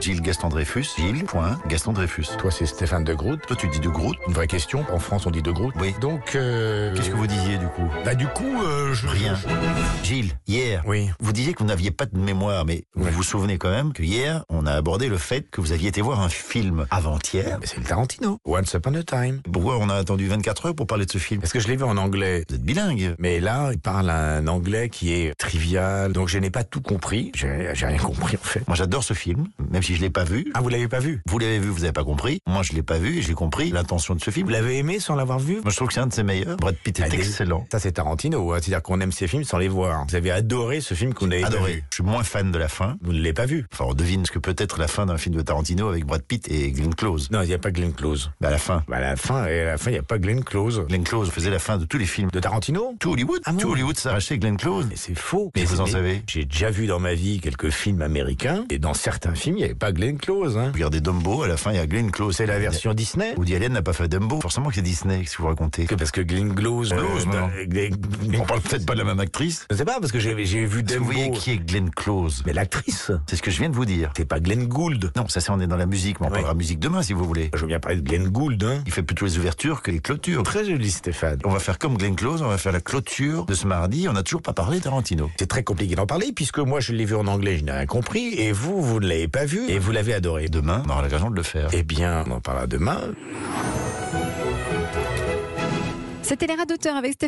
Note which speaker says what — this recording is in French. Speaker 1: Gilles Gaston Dreyfus, Gilles. Point, Gaston Dreyfus.
Speaker 2: Toi, c'est Stéphane de Groot.
Speaker 1: Toi, tu dis de Groot
Speaker 2: Une vraie question. En France, on dit de Groot.
Speaker 1: Oui.
Speaker 2: Donc, euh,
Speaker 1: Qu'est-ce que vous disiez du coup
Speaker 2: Bah, du coup, euh, je.
Speaker 1: Rien. Gilles, hier,
Speaker 2: Oui.
Speaker 1: vous disiez que vous n'aviez pas de mémoire, mais vous
Speaker 2: Ouais.
Speaker 1: vous souvenez quand même que hier, on a abordé le fait que vous aviez été voir un film avant-hier.
Speaker 2: Mais c'est le Tarantino. Once Upon a Time.
Speaker 1: Pourquoi on a attendu 24 heures pour parler de ce film
Speaker 2: Parce que je l'ai vu en anglais.
Speaker 1: Vous êtes bilingue.
Speaker 2: Mais là, il parle un anglais qui est trivial. Donc, je n'ai pas tout compris. J'ai j'ai rien compris, en fait.
Speaker 1: Moi, j'adore ce film, même si je l'ai pas vu.
Speaker 2: Ah, vous l'avez pas vu
Speaker 1: Vous l'avez vu, vous n'avez pas compris. Moi, je l'ai pas vu et j'ai compris l'intention de ce film.
Speaker 2: Vous l'avez aimé sans l'avoir vu
Speaker 1: Moi, je trouve que c'est un de ses meilleurs. Brad Pitt est
Speaker 2: Ah, des-
Speaker 1: excellent.
Speaker 2: Ça, c'est Tarantino. hein. C'est-à-dire qu'on aime ses films sans les voir. Vous avez adoré ce film qu'on a
Speaker 1: Adoré. Je suis moins fan de la fin.
Speaker 2: Vous ne l'avez pas vu.
Speaker 1: Enfin, on devine ce que peut être la fin d'un film de Tarantino avec Brad Pitt et Glenn Close.
Speaker 2: Non, il n'y a pas Glenn Close.
Speaker 1: Bah, la fin.
Speaker 2: Bah, à la fin, et à la fin, il n'y a pas Glenn Close.
Speaker 1: Glenn Close faisait la fin de tous les films.
Speaker 2: De Tarantino
Speaker 1: Tout Hollywood,
Speaker 2: Ah bon
Speaker 1: tout Hollywood s'arrachait Glenn Close.
Speaker 2: Mais c'est faux.
Speaker 1: Mais vous en
Speaker 2: mais-
Speaker 1: savez
Speaker 2: J'ai déjà vu dans ma vie quelques films américains, et dans certains films, il n'y avait pas Glenn Close. Hein.
Speaker 1: Regardez Dumbo, à la fin, il y a Glenn Close.
Speaker 2: C'est la version Disney
Speaker 1: Woody Allen n'a pas fait Dumbo. Forcément que c'est Disney, si vous racontez.
Speaker 2: que parce que Glenn Close...
Speaker 1: Euh, Close, non. On parle peut-être pas de la même actrice.
Speaker 2: Je sais pas, parce que j'ai j'ai vu
Speaker 1: Est-ce que Vous voyez
Speaker 2: Dumbo...
Speaker 1: qui est Glenn Close
Speaker 2: Mais l'actrice,
Speaker 1: C'est ce que je viens de vous dire.
Speaker 2: c'est pas Glenn Gould.
Speaker 1: Non, ça c'est on est dans la musique, mais on
Speaker 2: Oui.
Speaker 1: parlera musique demain si vous voulez.
Speaker 2: Je veux bien parler de Glenn Gould, hein.
Speaker 1: Il fait plutôt les ouvertures que les clôtures.
Speaker 2: Très joli, Stéphane.
Speaker 1: On va faire comme Glenn Close, on va faire la clôture de ce mardi. On n'a toujours pas parlé Tarantino.
Speaker 2: C'est très compliqué d'en parler, puisque moi, je l'ai vu en anglais, je n'ai rien compris, et vous, vous ne l'avez pas vu, et vous l'avez adoré.
Speaker 1: Demain, on aura l'occasion de le faire.
Speaker 2: Eh bien, on en parlera demain.
Speaker 3: C'était les rats d'auteur avec Stéphane.